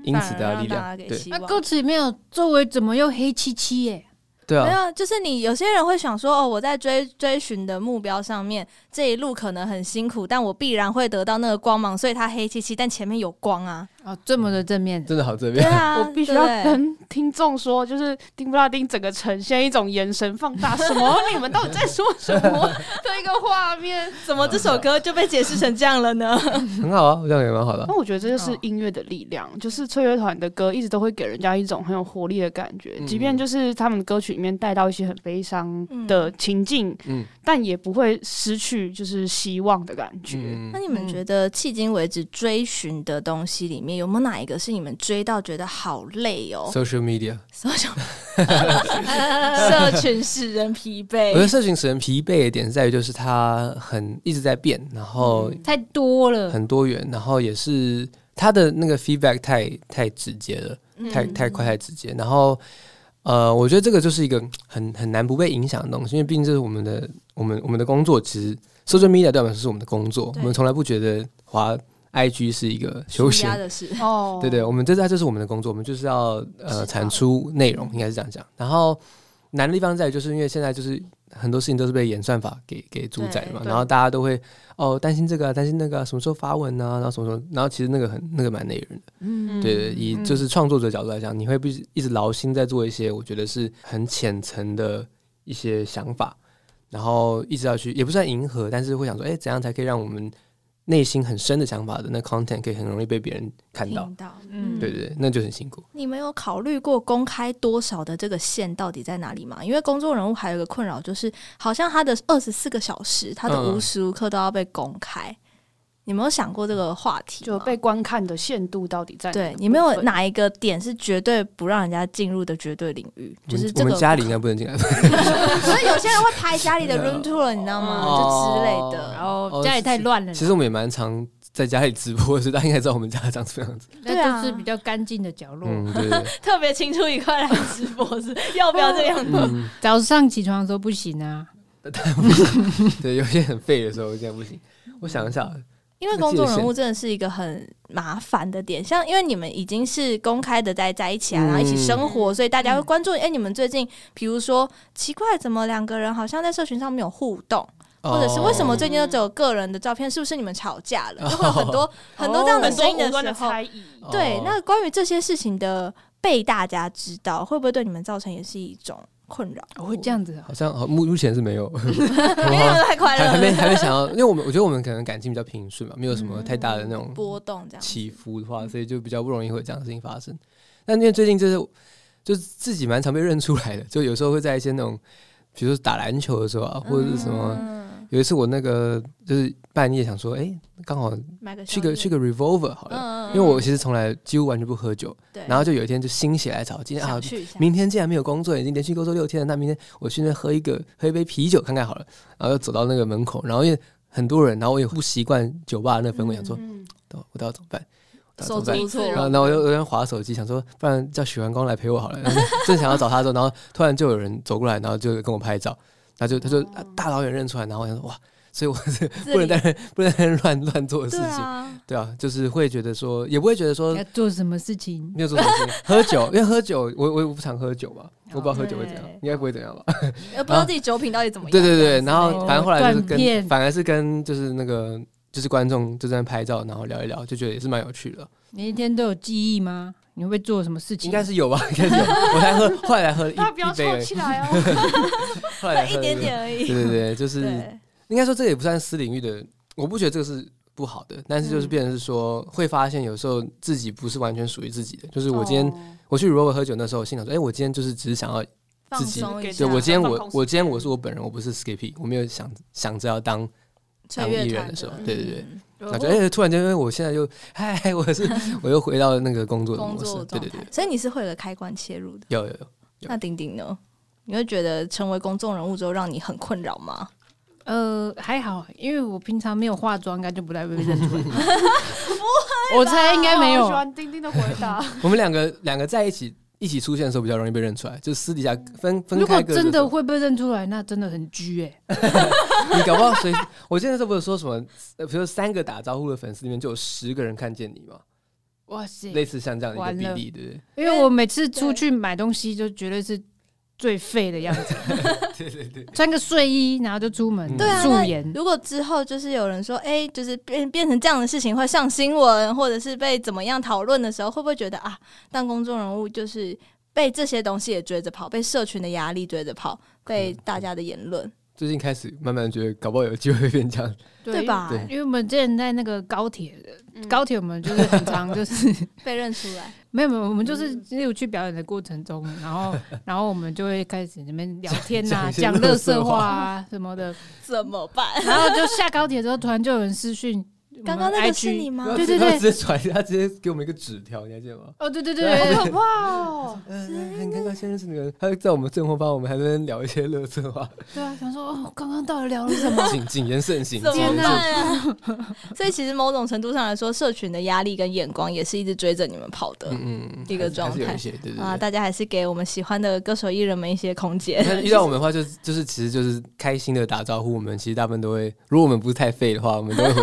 因此得
反而
到
让
力
大家
量。
给
对
希
那
望
歌词里面有周围怎么又黑漆漆耶？
对
没
啊，
有，就是你有些人会想说，哦，我在追追寻的目标上面，这一路可能很辛苦，但我必然会得到那个光芒，所以它黑漆漆，但前面有光 啊。
哦，这么的正面，
真的好这
对
边。
啊，
我必须要
对不对
跟听众说，就是丁布拉丁整个呈现一种眼神放 大，什么你们到底在说什么的一个 画面。
怎么这首歌就被解释成这样了 呢？
很好啊，我这样也蛮好的啊。
哦
那我觉得这就是音乐的力量，就是吹乐团的歌一直都会给人家一种很有活力的感觉，
嗯
即便就是他们歌曲里面带到一些很悲伤的情境，
嗯
但也不会失去就是希望的感觉。
嗯
那，你们觉得迄今为止追寻的东西里面，有没有哪一个是你们追到觉得好累哦？
social media，
社 群社群使人疲
我觉得
惫，
社群使人疲惫的点在于，就是它很一直在变，然后
太多了。
很多元，然后也是它的那个 feedback 太太直接了，
嗯
太太快太直接，然后。呃，我觉得这个就是一个很很难不被影响的东西，因为毕竟这是我们的我们我们的工作，其实 social media 代表是我们的工作，
对
我们从来不觉得滑 IG 是一个休
舒
闲
压，的事。
哦
对对，我们这在这是我们的工作，我们就是要呃产出内容，应该是这样讲。然后难的地方在于，就是因为现在就是很多事情都是被演算法给给主宰的嘛，
对
然后大家都会哦担心这个、啊，担心那个、啊，什么时候发文啊，然后什么时候，然后其实那个很那个蛮累人的。
嗯
对对，以就是创作者角度来讲，你会必一直劳心在做一些我觉得是很浅层的一些想法，然后一直要去，也不算迎合，但是会想说，哎，怎样才可以让我们内心很深的想法的，那 content 可以很容易被别人看到
听。到。
嗯
对对对，那就很辛苦。
你们有考虑过公开多少的这个线到底在哪里吗？因为公众人物还有一个困扰，就是好像他的二十四个小时，他的
嗯
无时无刻都要被公开。你们有想过这个话题吗？
就被观看的限度到底在哪个部
对
分？
你们有哪一个点是绝对不让人家进入的绝对领域？
我
就
们
是这
我
个嗯
们家里应该不能进来吧？
所以有些人会拍家 里的 room tour，你知道吗？就之类的。
哦
然
然
后
后
哦
家里太乱了，
其实我们也蛮常在家里直播，所以大家应该知道我们家长什么样子。
对
那
啊
就是比较干净的角落。
嗯，对对对，
特别清出一块来直播是 要不要这样？
嗯，
早上起床的时候不行啊，
对，有些很废的时候这样不行。
嗯
我想一下，
因为公众人物真的是一个很麻烦的点，像因为你们已经是公开的在在一起啊，
嗯
然后一起生活，所以大家会关注。哎、你们最近比如说奇怪，怎么两个人好像在社群上没有互动，
哦
或者是为什么最近都只有个人的照片？是不是你们吵架了？就会有很多、哦很多这样的
哦很
声音
多
的
无关
时
的
候，
猜疑。
哦
对，那关于这些事情的被大家知道，会不会对你们造成也是一种困扰？
哦
我会这样子啊
好。像好目目前是 没有，
因为你们太快
还还没
乐了，
还没想 要，因为我们我觉得我们可能感情比较平顺嘛，没有什么太大的那种
波动嗯这样子。
起伏的话，所以就比较不容易会有这样的事情发生。那因为最近就是就是自己蛮常被认出来的，就有时候会在一些那种，比如说打篮球的时候啊，或者是什么。
嗯、
有一次我那个就是半夜想说，哎、刚好
买个
去个去
个，
个 Revolver 好了，
嗯
因为我其实从来几乎完全不喝酒，
对，
然后就有一天就心血来潮，今天啊
想去一下，
明天既然没有工作，已经连续工作六天了，那明天我去那喝一个 喝一杯啤酒看看好了。然后就走到那个门口，然后因为很多人，然后我也不习惯酒吧那氛围，想说
嗯，
到我到底要怎么办？我到
手
底要怎么
足
办啊
无措，
然后，然后我就有点划手机，想说， 不然叫许阳光来陪我好了。然 后正想要找他的时候，然后突然就有人走过来，然后就跟我拍照，然后就他就啊
哦
大老远认出来，然后我想说哇，所以我是不能在那不能在那乱乱做的事
对
情，
啊，
对啊，就是会觉得说，也不会觉得说
要做什么事情？
没有做什么事情，喝酒，因为喝酒，我我我不常喝酒吧，我不知道喝酒会怎样
对，
应该不会怎样吧？
也呃不知道自己酒品到底怎么样。
啊 对对对，
这
然
样之类的
后反正后来就是
断片
跟，反而是跟就是那个就是观众就在那拍照，然后聊一聊，就觉得也是蛮有趣的，
每一天都有记忆吗？你会不会做什么事情？
应该是有吧，应该是有，我才喝，后来才喝了一
大家不要
一杯
凑
而已，
起来哦。
后来才喝
一
了
点
杯，
点而
对
已。
对对，就是
对，
应该说这个也不算私领域的，我不觉得这个是。不好的，但是就是变成是说，会发现有时候自己不是完全属于自己的。 就是我今天、
哦
我去 r o 喝酒那时候，我心想说，哎、我今天就是只是想要
放
自己
松一下。
对我今天
放空
我
时间
我今天我是我本人，我不是 Skippy，我没有想想着要当，
吹
当
乐
艺人
团
的时候对对对
嗯
感觉哎，突然间，因为我现在又嗨，我是我又回到那个工作的
工
模
作
式，
状
对对对
态，，所以你是会有个开关切入的。
有有有，有
那丁丁呢？你会觉得成为公众人物之后让你很困扰吗？
呃，还好，因为我平常没有化妆，应该就不太会被认 出来。 我猜应该没
我
有
喜。欢丁丁的回答。
我们两个两个在一起一起出现的时候比较容易被认出来，就私底下分分
如果
开各自
真
时
的
候
会被认出来，那真的很拘哎、
你搞不好随，我记得那时候不是说什么，呃比如说三个打招呼的粉丝里面就有十个人看见你嘛，
哇塞！
类似像这样的一
完
个
了
比例，对不对？
因为我每次出去买东西，就绝对是最废的样子。对对对，穿个睡衣，然后就出门，
嗯
对啊，
素
那
颜。
如果之后就是有人说，哎、就是变变成这样的事情会上新闻，或者是被怎么样讨论的时候，会不会觉得啊，当公众人物就是被这些东西也追着跑，被社群的压力追着跑，被
嗯
大家的言论，
最近开始慢慢觉得，搞不好有机会变这样，
对？吧？
对
因为我们之前在那个高铁，
嗯
嗯高铁我们就是很常就是
被认出来，
没有没有，我们就是
嗯
只有去表演的过程中，然后 然后我们就会开始那边聊天啊，
讲
讲
讲一些
乐
垃圾
色
话
话啊什么的，
怎么办？
然后就下高铁之后，突然就有人私讯我们
刚刚那个是
IG
你吗？
对对
他
对
直接传，他直接给我们一个纸条，你还记得吗？
哦，对对对
啊
对，
好可怕哦！
嗯，很尴尬，先认识你们，他在我们正后方，我们还在那边聊一些乐色话，
对啊，想说哦，刚刚到底聊 了什么？
谨谨言慎行。
怎
谨言
么
天
慎
哪
行
办啊？ 所以其实某种程度上来说，社群的压力跟眼光也是一直追着你们跑的、
嗯嗯，
一个
还是
状态
还是有一些对对
啊！
对。
大家还是给我们喜欢的歌手艺人们一些空间。
那遇到我们的话，就就是其实就是开心的打招呼。我们其实大部分都会，如果我们不是太废的话，我们都会 回；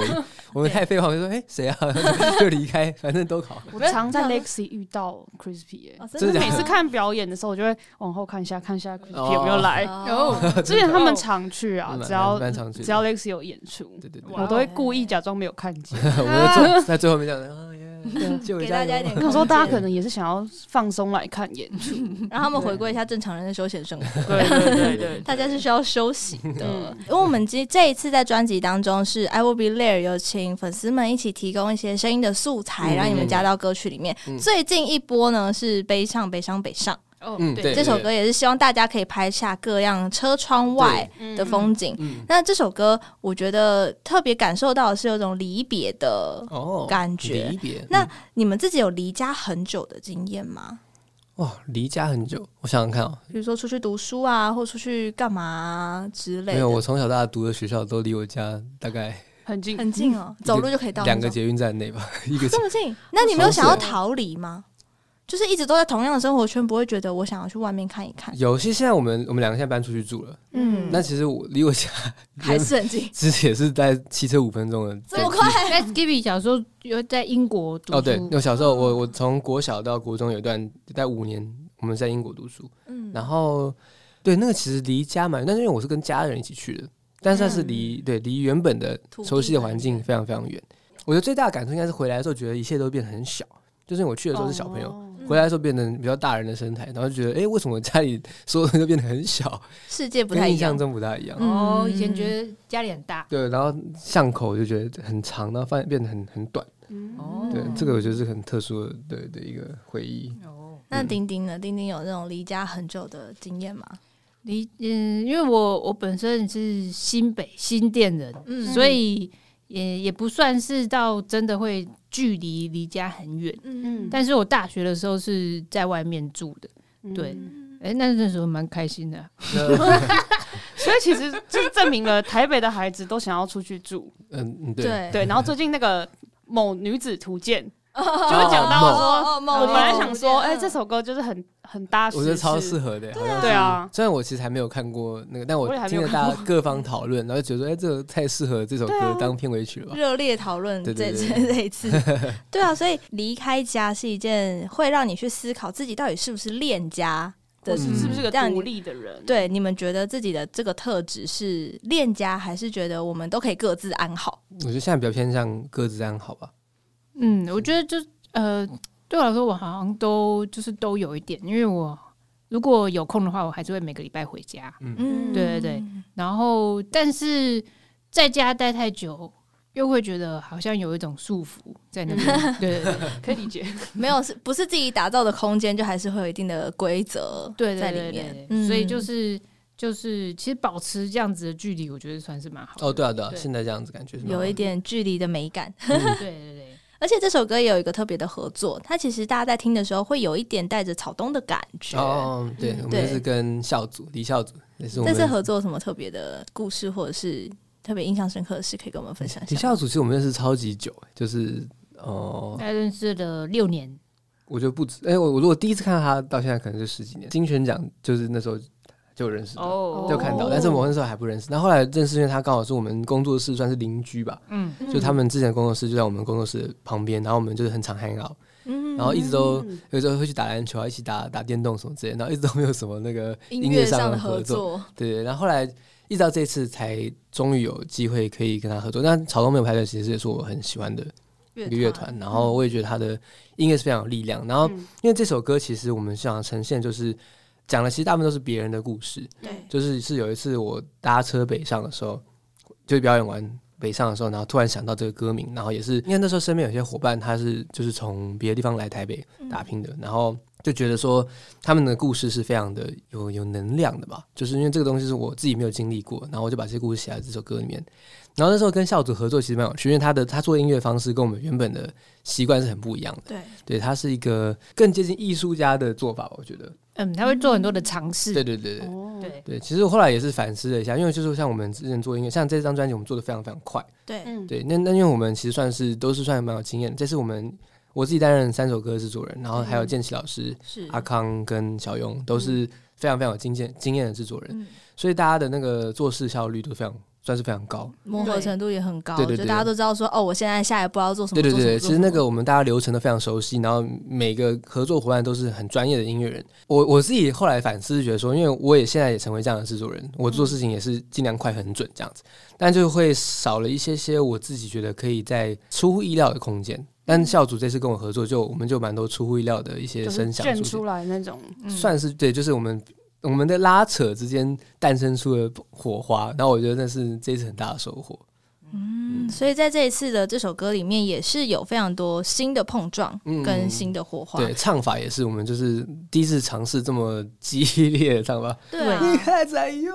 我们太废的话，我们就说哎谁啊， 就离开，反正都好。
我常在 Lexi 遇到 Crispy 耶、
哦
真 的假
每
的
次看表演的时候，我就会往后看一下，看一下 Crispy
哦
哎有没有来。
哦，
之前他们常去啊
真，的
只要
蛮蛮常去的
只要 Lexi 有演出，
对对对，
我都会故意假装没有看见。
我们就坐在最后面这样，啊耶
对
就
给大家一点
我想说，大家可能也是想要放松来看演出，
让他们回归一下正常人的休闲生活。
对对对对，
大家是需要休息的，
嗯
因为我们这这一次在专辑当中是 I Will Be There，有请粉丝们一起提供一些声音的素材，
嗯
让你们加到歌曲里面。
嗯
最近一波呢是《悲唱悲伤北上》
哦
嗯对
这首歌，也是希望大家可以拍下各样车窗外的风景。
嗯，
那这首歌我觉得特别感受到的是有一种离别的，
哦，
感觉
离别。
那
嗯
你们自己有离家很久的经验吗？
哇，离家很久，我想想看啊，
比如说出去读书啊，或出去干嘛、啊、之类
没
的，
有，我从小到大读的学校都离我家大概
很近。
很近哦，走路就可以到那
嗯两
种。
个捷运站内吧， 一个捷
这么近，那你没有想要逃离吗？就是一直都在同样的生活圈，不会觉得我想要去外面看一看。
有些现在我们我们两个现在搬出去住了，
嗯，
那其实我离我家
还是很 近，
其实也是在汽车五分钟的。
这么快？嗯
在 Gibby 小时候有在英国读书，
哦，对，我小时候我我从国小到国中有一段大概五年，我们在英国读书，
嗯，
然后对那个其实离家蛮，但是因为我是跟家人一起去的，但是它是离、对
嗯
离原本的
土地
熟悉的
很
环境
远
非常非常远。我觉得最大的感触应该是回来的时候，觉得一切都变得很小，就是我去的时候是小朋友。
哦
嗯
回来的时候变成比较大人的身材，然后就觉得，哎、为什么我家里所有东西都变得很小，
世界不太
跟印
一
象
样。
中不大一样？
哦，以前
嗯
觉得家里很大，
对，然后巷口就觉得很长，然后发现变得很很短。
嗯
嗯
哦
对，这个我觉得是很特殊的对的一个回忆。
哦，
嗯
那丁丁呢？丁丁有那种离家很久的经验吗？
离嗯，因为我我本身是新北新店人，
嗯
所以也也不算是到真的会距离离家很远。
嗯
但是我大学的时候是在外面住的，
嗯
对哎、那那时候蛮开心的啊、
所以其实 就是证明了台北的孩子都想要出去住，
嗯，嗯对，
对，
对。然后最近那个某女子图鉴，
就
会讲到
哦
说
我
我本来
哦
想
嗯
说，哎，这首歌就是很很搭时事，
我觉得超适合的。好像是
对啊
虽然我其实还没有看过那个，但
我也还没
听
有
了大家各方讨论，然后就觉得，哎、这个太适合这首
对啊
歌当片尾曲了吧？
热烈讨论这
对
这
对
这一次， 对啊，所以离开家是一件会让你去思考自己到底是不是恋家的
我
事
是
嗯
情，
是不是个
让你
独立的人？
对，你们觉得自己的这个特质是恋家，还是觉得我们都可以各自安好？
我觉得现在比较偏向鸽子安好吧。
嗯，我觉得就呃，对我来说，我好像都就是都有一点，因为我如果有空的话，我还是会每个礼拜回家，
嗯，
对对对，然后但是在家待太久。又会觉得好像有一种束缚在那边，对对对
可以理 解。
没有是不是自己打造的空间，就还是会有一定的规则
对对
在里
对
面。
对
嗯
所以就是就是，其实保持这样子的距离，我觉得算是蛮好的。
哦，对啊，对啊，
对
现在这样子感觉是蛮好
有一点距离的美感。
对对对，
而且这首歌也有一个特别的合作，它其实大家在听的时候会有一点带着草东的感觉。
的。哦哦，对，我们
对
就是跟校组李校组，也是我
这
们
次合作有什么特别的故事，或者是特别印象深刻的事，可以跟我们分 享一
李
下吗。
校组，其实我们认识超级久，就是哦、
大概认识了六年，
我觉得不止。哎、我我如果第一次看到他，到现在可能是十几年。金选奖就是那时候就认识的。
哦
就看到，
嗯
但是我那时候还不认识。那后来认识，因为他刚好是我们工作室算是邻居吧，
嗯，
就他们之前的工作室就在我们工作室旁边，然后我们就是很常 hang out，
嗯，
然后一直都有时候会去打篮球啊，一起打打电动什么之类的，然后一直都没有什么那个
音
乐
上
的
的合
作，，对。然后后来一直到这次才终于有机会可以跟他合作。那草东没有排队其实也是我很喜欢的一个乐团，然嗯后我也觉得他的音乐是非常有力量。然后
嗯
因为这首歌其实我们想呈现就是讲的其实大部分都是别人的故事，
对，
就是是有一次我搭车北上的时候，就表演完北上的时候，然后突然想到这个歌名，然后也是因为那时候身边有些伙伴他是就是从别的地方来台北打拼的，然后就觉得说他们的故事是非常的有有能量的吧，就是因为这个东西是我自己没有经历过，然后我就把这些故事写在这首歌里面。然后那时候跟校主合作其实蛮有趣，因为他的他做音乐方式跟我们原本的习惯是很不一样的，
对，
对他是一个更接近艺术家的做法吧，我觉得。
嗯，他会做很多的尝
对
试，
对对对，
哦，
对，
对，其实我后来也是反思了一下，因为就是像我们之前做音乐，像这张专辑我们做的非常非常快，
对，
嗯，
对，那那因为我们其实算是都是算蛮有经验的，这是我们我自己担任三首歌制作人，然后还有建奇老师、
是
阿康跟小勇都是非常非常有经验经验的制作人，
嗯，
所以大家的那个做事效率都非常算是非常高，
磨合程度也很高，
对对对
就大家都知道说，哦，我现在下一步要做什么，
对对
做什么
对，
做
其
什
实
么
那个我们大家流程都非常熟悉，然后每个合作伙伴都是很专业的音乐人。我我自己后来反思，觉得说，因为我也现在也成为这样的制作人，我做事情也是尽量快很准这样子，但就会少了一些些我自己觉得可以在出乎意料的空间。但校主这次跟我合作就，我们就蛮多出乎意料的一些
就是
声响
嗯
卷
出
出来那种，
现，算是对，就是我们我们的拉扯之间诞生出了火花，然后我觉得那是这次很大的收获。
嗯，所以在这一次的这首歌里面，也是有非常多新的碰撞
嗯
跟新的火花。
对，唱法也是我们就是第一次尝试这么激烈的唱法，
对啊
你还在用？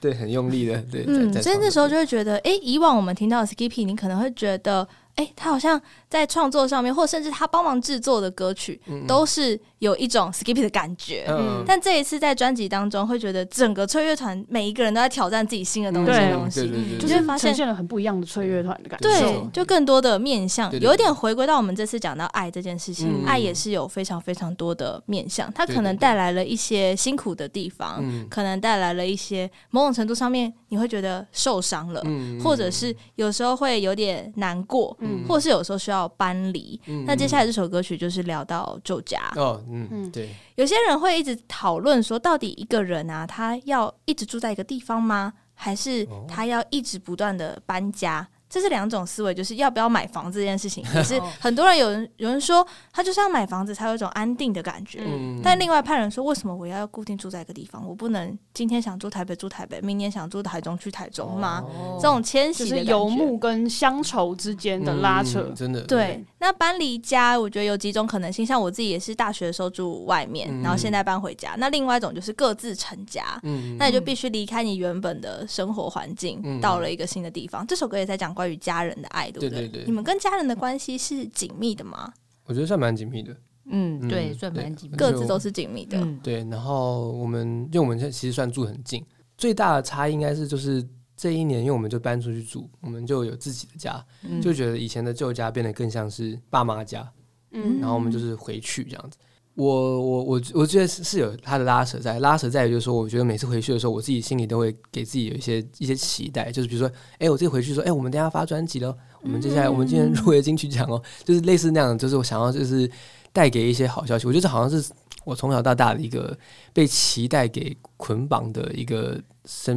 对，很用力的，对，
嗯，
在在
所以
唱
那
的
时候就会觉得，诶，以往我们听到的 Skippy，你可能会觉得，诶，他好像在创作上面，或甚至他帮忙制作的歌曲，
嗯嗯
都是有一种 Skippy 的感觉。
嗯
但这一次在专辑当中，会觉得整个翠乐团每一个人都在挑战自己新的东西，
嗯对
东西
对对对
就
就
对
是
是
发现
呈现了很不一样的翠乐团的感觉。
对
对，就更多的面向，
对对对
有一点回归到我们这次讲到爱这件事情，
嗯
爱也是有非常非常多的面向，它
对
可能
对对
带来了一些辛苦的地方，
嗯
可能带来了一些某种程度上面你会觉得受伤了，
嗯
或者是有时候会有点难过，
嗯
或是有时候需要搬离。
嗯
那接下来这首歌曲就是聊到旧家，
哦，嗯，
嗯
对，
有些人会一直讨论说，到底一个人啊，他要一直住在一个地方吗？还是
哦
他要一直不断的搬家？这是两种思维，就是要不要买房子这件事 情，也是很多人有人有人说，他就是要买房子才有一种安定的感觉。
嗯，
但另外派人说，为什么我要固定住在一个地方？我不能今天想住台北住台北，明年想住台中去台中吗？
哦
这种迁
就
徙的
是
感觉
游牧跟乡愁之间的拉扯。
嗯真的
对，，那搬离家，我觉得有几种可能性。像我自己也是大学的时候住外面，
嗯
然后现在搬回家。那另外一种就是各自成家，
嗯，
那你就必须离开你原本的生活环境，
嗯
到了一个新的地方。这首歌也在讲关于家人的爱，对不
对对对
你们跟家人的关系是紧密的吗？
我觉得算蛮紧密的，
嗯，对，
嗯
算蛮紧密
对
各
的。
自都是紧密的。
嗯，
对，然后我们因为我们现在其实算住很近，最大的差异应该是就是这一年，因为我们就搬出去住，我们就有自己的家，
嗯
就觉得以前的旧家变得更像是爸妈家，
嗯，
然后我们就是回去这样子。我我我我觉得是是有它的拉扯在，拉扯在于就是说，我觉得每次回去的时候，我自己心里都会给自己有一些一些期待，就是比如说，哎、我自己回去说，哎、我们等一下发专辑了，我们接下来我们
嗯
今天入围金曲奖哦，就是类似那样，就是我想要就是带给一些好消息。我觉得这好像是我从小到大的一个被期待给捆绑的一个生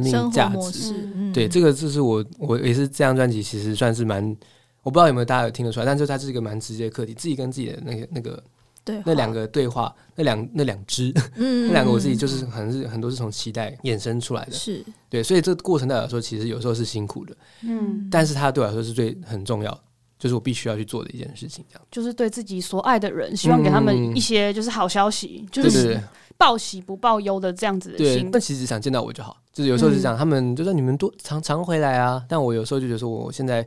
生
命
活
价
模
值，
式，
嗯
嗯
对，这个就是我我也是这张专辑，其实算是蛮，我不知道有没有大家有听得出来，但是它是一个蛮直接的课题，自己跟自己的那个那个
对话
那两，个对话，那两那两只，
嗯
那两个我自己就是可能是很多是从期待衍生出来的，
是，
对，所以这个过程对我来说其实有时候是辛苦的，
嗯，
但是它对我来说是最很重要，就是我必须要去做的一件事情，这样，
就是对自己所爱的人，希望给他们一些就是好消息，就
对对对
是报喜不报忧的这样子的
对
心，。
但其实想见到我就好，就是有时候是讲、他们就说你们多常常回来啊，但我有时候就觉得说我现在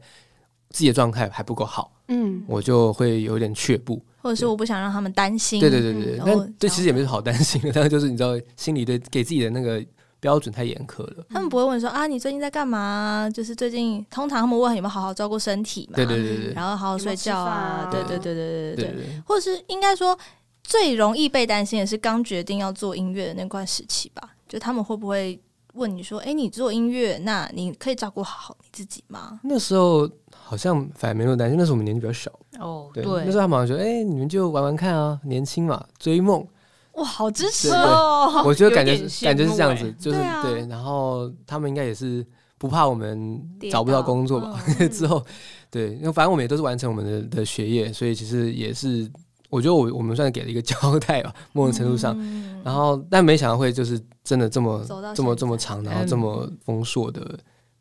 自己的状态还不够好，
嗯，
我就会有点却步。
或者是我不想让他们担心，
对对对对，对
嗯然后
但这
想
其实也没什么好担心的，但 是就是你知道，心里对给自己的那个标准太严苛了。
他们不会问说啊，你最近在干嘛啊？就是最近，通常他们问有没有好好照顾身体嘛？
对对对
嗯
对
然后好好睡觉啊，
有没
对
有
对
吃饭啊
对对对
对
对
对
对，
对，
或是应该说最容易被担心的是刚决定要做音乐的那段时期吧，就他们会不会问你说，哎，你做音乐，那你可以照顾好你自己吗？
那时候好像反而没那么担心，那时候我们年纪比较小，
哦，
对，
对，
那时候他们好像说，哎、你们就玩玩看啊，年轻嘛，追梦，
哇，好支持
对对
哦！
我觉得感觉
有点羡慕
感觉是这样子
欸，
就是
对啊
对，然后他们应该也是不怕我们
跌
找不到
倒嗯
工作吧， 之后，对，因为反正我们也都是完成我们的的学业，所以其实也是，我觉得我我们算给了一个 交代吧，某种程度上。
嗯
然后，但没想到会就是真的这么
走到
这
现在
么
嗯
这么长，然后这么丰硕的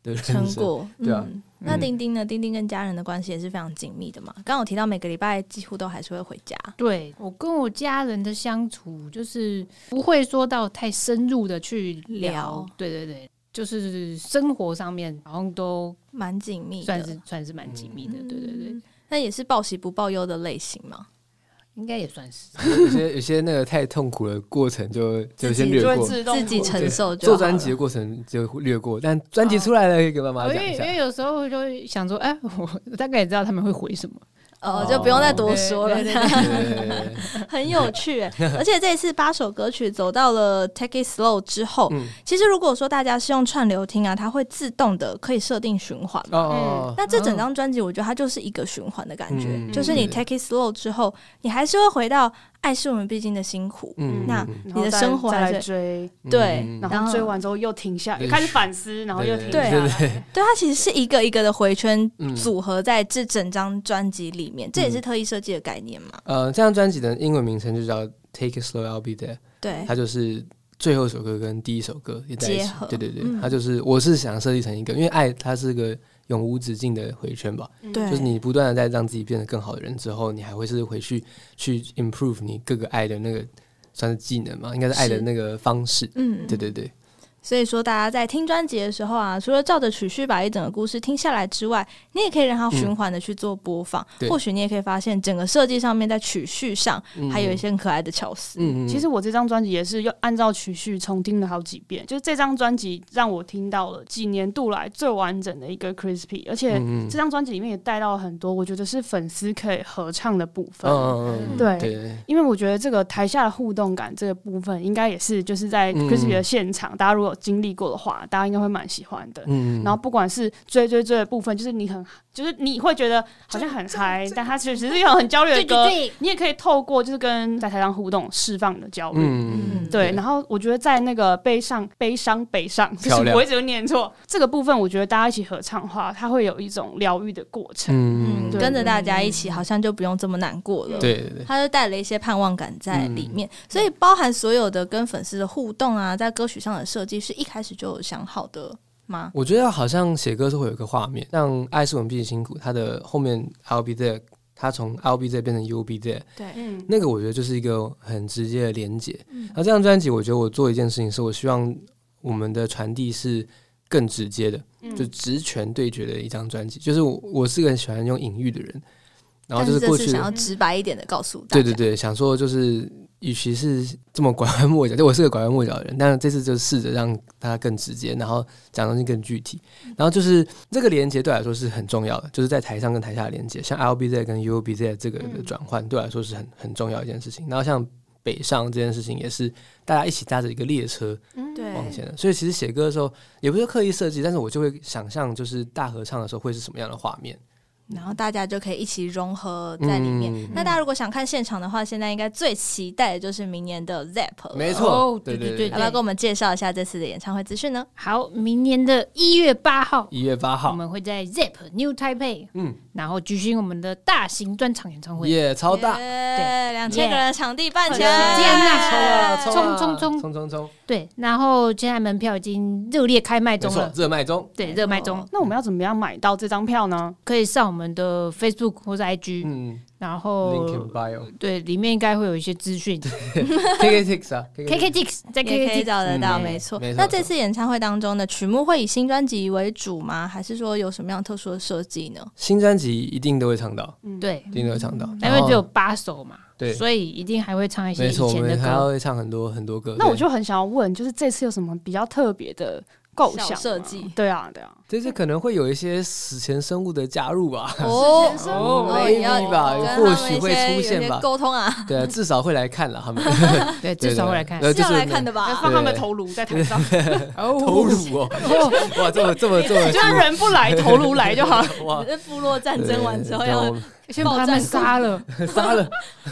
的人生
成。果，
对啊
嗯那丁丁呢？丁丁跟家人的关系也是非常紧密的嘛。刚刚我提到每个礼拜几乎都还是会回家，
对我跟我家人的相处，就是不会说到太深入的去聊。
聊
对对对，就是生活上面好像都
蛮紧密的，
算是算是蛮紧密的。对对对，
嗯，那也是报喜不报忧的类型嘛。
应该也算是。
有些有些那个太痛苦的过程就就先略
就
过，
自己承受就好了
做
哦
专辑的过程就略过，但专辑出来了可以跟妈妈
因
讲
为
一
因
下。
为有时候就会想说，哎， 我我大概也知道他们会回什么。
哦，就不用再多说了，
对对
对，
很有趣欸。而且这次八首歌曲走到了 Take It Slow 之后，
嗯，
其实如果说大家是用串流听啊，它会自动的可以设定循环嘛。
哦，
那这整张专辑，我觉得它就是一个循环的感觉，
嗯
就是你
对
take it slow 之后，你还是会回到爱是我们必经的辛苦，
嗯，
那
嗯
然后
你的
再
生活
再
还
来
是
追，
嗯
对
嗯
那
然
然后
后追完之后又停下，
对
又开始反思，然后又停下
对
来。
对对
对，它其实是一个一个的回圈
嗯
组合在这整张专辑里面，这也是
嗯
特意设计的概念嘛？
呃，这张专辑的英文名称就叫《Take It Slow, I'll Be There》，
对，
它就是最后一首歌跟第一首歌也在一
哎结
起
合。
对对对，
嗯
它就是我是想设计成一个，因为爱它是个永无止境的回圈吧，
嗯
对
就是你不断的在让自己变得更好的人之后，你还会是回去去 improve 你各个爱的那个算是技能嘛，应该是爱的
是
那个方式。
嗯，
对对对，
所以说，大家在听专辑的时候啊，除了照着曲序把一整个故事听下来之外，你也可以让它循环的去做播放。
对
或许你也可以发现，整个设计上面在曲序上
嗯
还有一些很可爱的巧思。
嗯嗯，
其实我这张专辑也是又按照曲序重听了好几遍，就是这张专辑让我听到了几年度来最完整的一个 Crispy，而且
嗯嗯
这张专辑里面也带到了很多我觉得是粉丝可以合唱的部分。
嗯嗯嗯，
对
对对
因为我觉得这个台下的互动感这个部分，应该也是就是在
嗯
Crispy 的现场，大家如果有经历过的话，大家应该会蛮喜欢的。
嗯，
然后不管是追追追的部分，就是你很，就是你会觉得好像很嗨，但它其实是一首很焦虑的歌。
对，
你也可以透过就是跟在台上互动释放你的焦虑。
嗯
对，然后我觉得在那个悲伤、悲伤、悲伤，就
漂
是
亮
我一直有念错这个部分，我觉得大家一起合唱的话，它会有一种疗愈的过程。
嗯
嗯，
对
跟着大家一起，好像就不用这么难过了。
对对嗯对，
它就带了一些盼望感在里面，所以包含所有的跟粉丝的互动啊，在歌曲上的设计是一开始就有想好的吗？
我觉得好像写歌是会有一个画面，像《爱是我们必辛苦》，它的后面 I'll be there，它从 I'll be there 变成 You'll be there，
对，
嗯，
那个我觉得就是一个很直接的连接。
嗯
那、这张专辑，我觉得我做一件事情是，我希望我们的传递是更直接的，
嗯
就直拳对决的一张专辑。就是我我是个很喜欢用隐喻的人，然后
但
就是是
这
过
次
去
想要直白一点的告诉大家，
对对对，想说就是，与其是这么拐弯抹角， 就我是个拐弯抹角的人，但是这次就试着让它更直接，然后讲东西更具体，然后就是这个连接对我来说是很重要的，就是在台上跟台下的连接，像 L B Z 跟 U B Z 这个
嗯
的转换对我来说是很很重要的一件事情，然后像。北上这件事情也是大家一起搭着一个列车
嗯
对
往前的，所以其实写歌的时候也不是刻意设计，但是我就会想象就是大合唱的时候会是什么样的画面
然后大家就可以一起融合在里面。
嗯
那大家如果想看现场的话，现在应该最期待的就是明年的 ZEP 了。
没
哦
错，
对
对
对
要
对
不要跟我们介绍一下这次的演唱会资讯呢？
好，明年的一月八号，
一月八
我
号，
们会在 Zip New Taipei，
嗯，
然后举行我们的大型专场演唱会。
耶，超大，
对，两千
耶
个人的场地办起
好耶
来，
冲啊冲啊冲
冲冲冲！
对，然后现在门票已经热烈开卖
没
中
错哦
了，，
热卖中。
对，热卖中，
那我们要怎么样买到这张票呢？
可以上我们的 Facebook 或是 IG，、
嗯
然
，Link in
后
bio
对，里面应该会有一些 资讯。
KKTix 啊
KKTix 在
也可以
KKTix
找得到，
嗯
没错
没。错
那这次演唱会当中的曲目会以新专辑为主吗？还是说有什么样特殊的设计 呢？
新专辑一定都会唱到，
对
一，定都会唱到，
嗯因为只有八首嘛，
嗯对
所以一定还会唱一些
没
以
错，我
前的
们还要
歌。
会唱很多很多歌。
那我
对
就很想要问，就是这次有什么比较特别的构想
小
吗
设计
对啊，对啊，
这次可能会有一些史前生物的加入吧，嗯
哦
是哦
哦
maybe
你要
吧
跟他
或
们
许
一
会
些
出现
有一些
吧
沟通啊，
对啊，至少会来看了他 们，
对，至少会来看。
对对
是要
呃就是
来看的吧？
放他们的头颅在台上，
投入哦，哇，这么这么这 么
就让人不来，头颅来就好。
哇，
这 部落战争完之后
对
要
对
先把他们杀了，
对杀了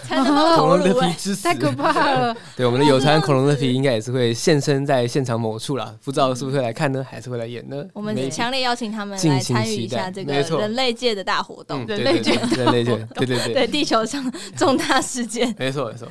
参加到
恐
头
龙的
颅
皮
哎，
之死
太，可怕 了。
对，我们的有偿恐龙的皮应该也是会现身在现场某处啦，不知道是不是会来看呢，还是会来演呢？
我们
没
强烈邀请他们来
敬请
参与一
期待
下这个
没错
人类界的大活动
嗯，，对
人类
对对人类界，对对对，
对地球上的重大事件。
没错没错。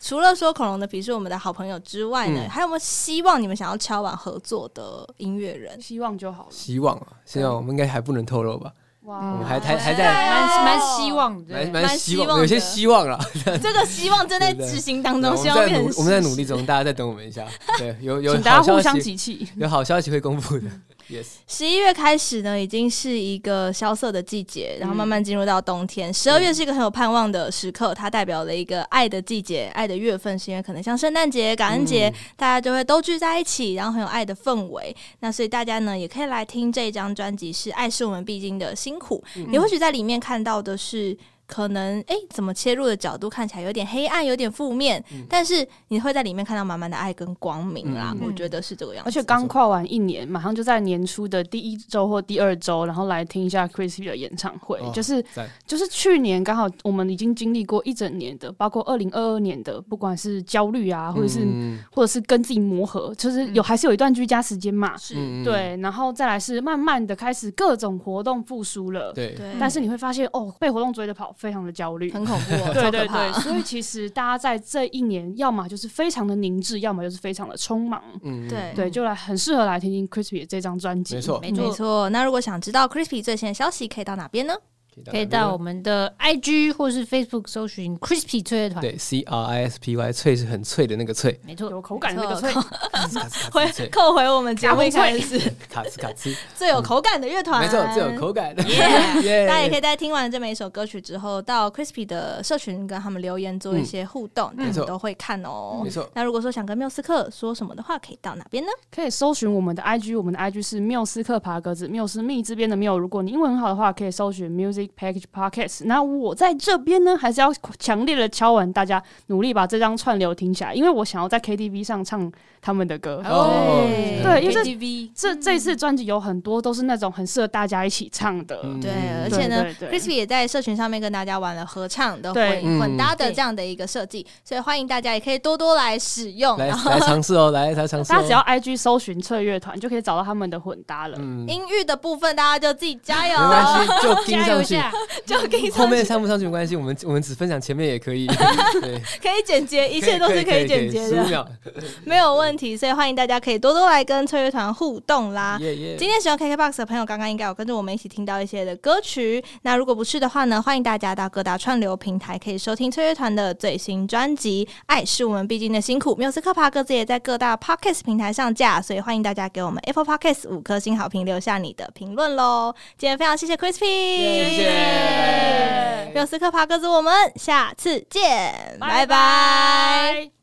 除了说恐龙的皮是我们的好朋友之外呢，
嗯
还有没有希望你们想要敲碗合作的音乐人？
希望就好了。
希望啊，希望我们应该还不能透露吧，
哇
我们还
还
还还
在
在
蛮蛮 希望
蛮
的。
蛮
蛮
希
希
望
望，有些
的
希望啦。
这个希望正在
对对
执行当
对
中，
我
希
们
望
在
变
努
成，
我们在
事
努力中，大家再等我们一下。对，有有
请
好
大家互
消
相
息，
集气。
有好消息会公布的。Yes，
十一月开始呢，已经是一个萧瑟的季节，然后慢慢进入到冬
嗯
天。十二月是一个很有盼望的时刻，它代表了一个爱的季节、爱的月份，是因为可能像圣诞节、感恩节，
嗯
大家就会都聚在一起，然后很有爱的氛围。那所以大家呢，也可以
嗯
来听这一张专辑，是《爱是我们必经的辛苦》。你或许在里面看到的是。可能诶怎么切入的角度看起来有点黑暗，有点负面，
嗯
但是你会在里面看到满满的爱跟光明啦。
嗯
我觉得是这个样
而
子。
且刚跨完一年，马上就在年初的第一周或第二周，然后来听一下 Chrissy 的演唱会，
哦
就是
赞
就是去年刚好我们已经经历过一整年的，包括二零二二年的，不管是焦虑啊，或者是、
嗯
或者是跟自己磨合，就是有、
嗯
还是有一段居家时间嘛，
是
嗯嗯
对，然后再来是慢慢的开始各种活动复苏了，
对
对，
但是你会发现哦，被活动追着跑，非常的焦虑。
很恐怖、 哦，
对
超可
对对，
怕。
所以其实大家在这一年，要么就是非常的凝滞，要么就是非常的匆忙。
嗯嗯
对
对，就来很适合来听听 Crispy 的这张专辑。
没错，
没
没错，那如果想知道 Crispy 最新的消息，可以到哪 边呢？
可以到我们的 IG 或是 Facebook 搜寻 Crispy 脆乐团，
对 C R I S P Y 脆是很脆的那个脆，
没错，
有口感的那个脆，
咔哧咔
回
哧脆，
扣回我们节目一
打
开
不
始，
咔哧咔哧，
最有口感的乐团，
没错，最有口感。
Yeah
耶
大家也可以在听完这每一首歌曲之后，到 Crispy 的社群跟他们留言做一些互动，
没
他
错
们都会看哦。
没错
那如果说想跟缪斯克说什么的话，可以到哪边呢？
可以搜寻我们的 IG，我们的 IG 是缪斯克爬格子，缪斯密这边的缪。如果你英文很好的话，可以搜寻 Music Package Podcast。那我在这边呢，还是要强烈的敲完大家，努力把这张串流听起来，因为我想要在 KTV 上唱他们的歌。
哦
对
对因为这
KTV
这
嗯
这次专辑有很多都是那种很适合大家一起唱的，
嗯
对，而
嗯
且呢
对对对
，Crispy 也在社群上面跟大家玩了合唱的
对
混混搭的
对
这样的一个设计，所以欢迎大家也可以多多来使用。
来
然后
来尝试哦，来来尝试哦。
大家只要 IG 搜寻翠乐团就可以找到他们的混搭了。
嗯，没
音域的部分，大家就自己加油，
关系，就盯
加油
上
一
去。
下，
就可以
后面上不上去没关系，我们我们只分享前面也可 以，对，
可以简洁，一切都是可以简洁
十五
的，
秒，
没有问题。所以欢迎大家可以多多来跟翠乐团互动啦。
耶耶。
今天喜欢 KKBOX 的朋友，刚刚应该有跟着我们一起听到一些的歌曲。那如果不是的话呢，欢迎大家到各大串流平台可以收听翠乐团的最新专辑《爱是我们必经的辛苦》。缪斯克帕各自也在各大 Podcast 平台上架，所以欢迎大家给我们 Apple Podcast 五颗星好评，留下你的评论喽。今天非常谢谢 Crispy，谢
谢
缪斯克帕各自，我们下次见，拜拜。
拜拜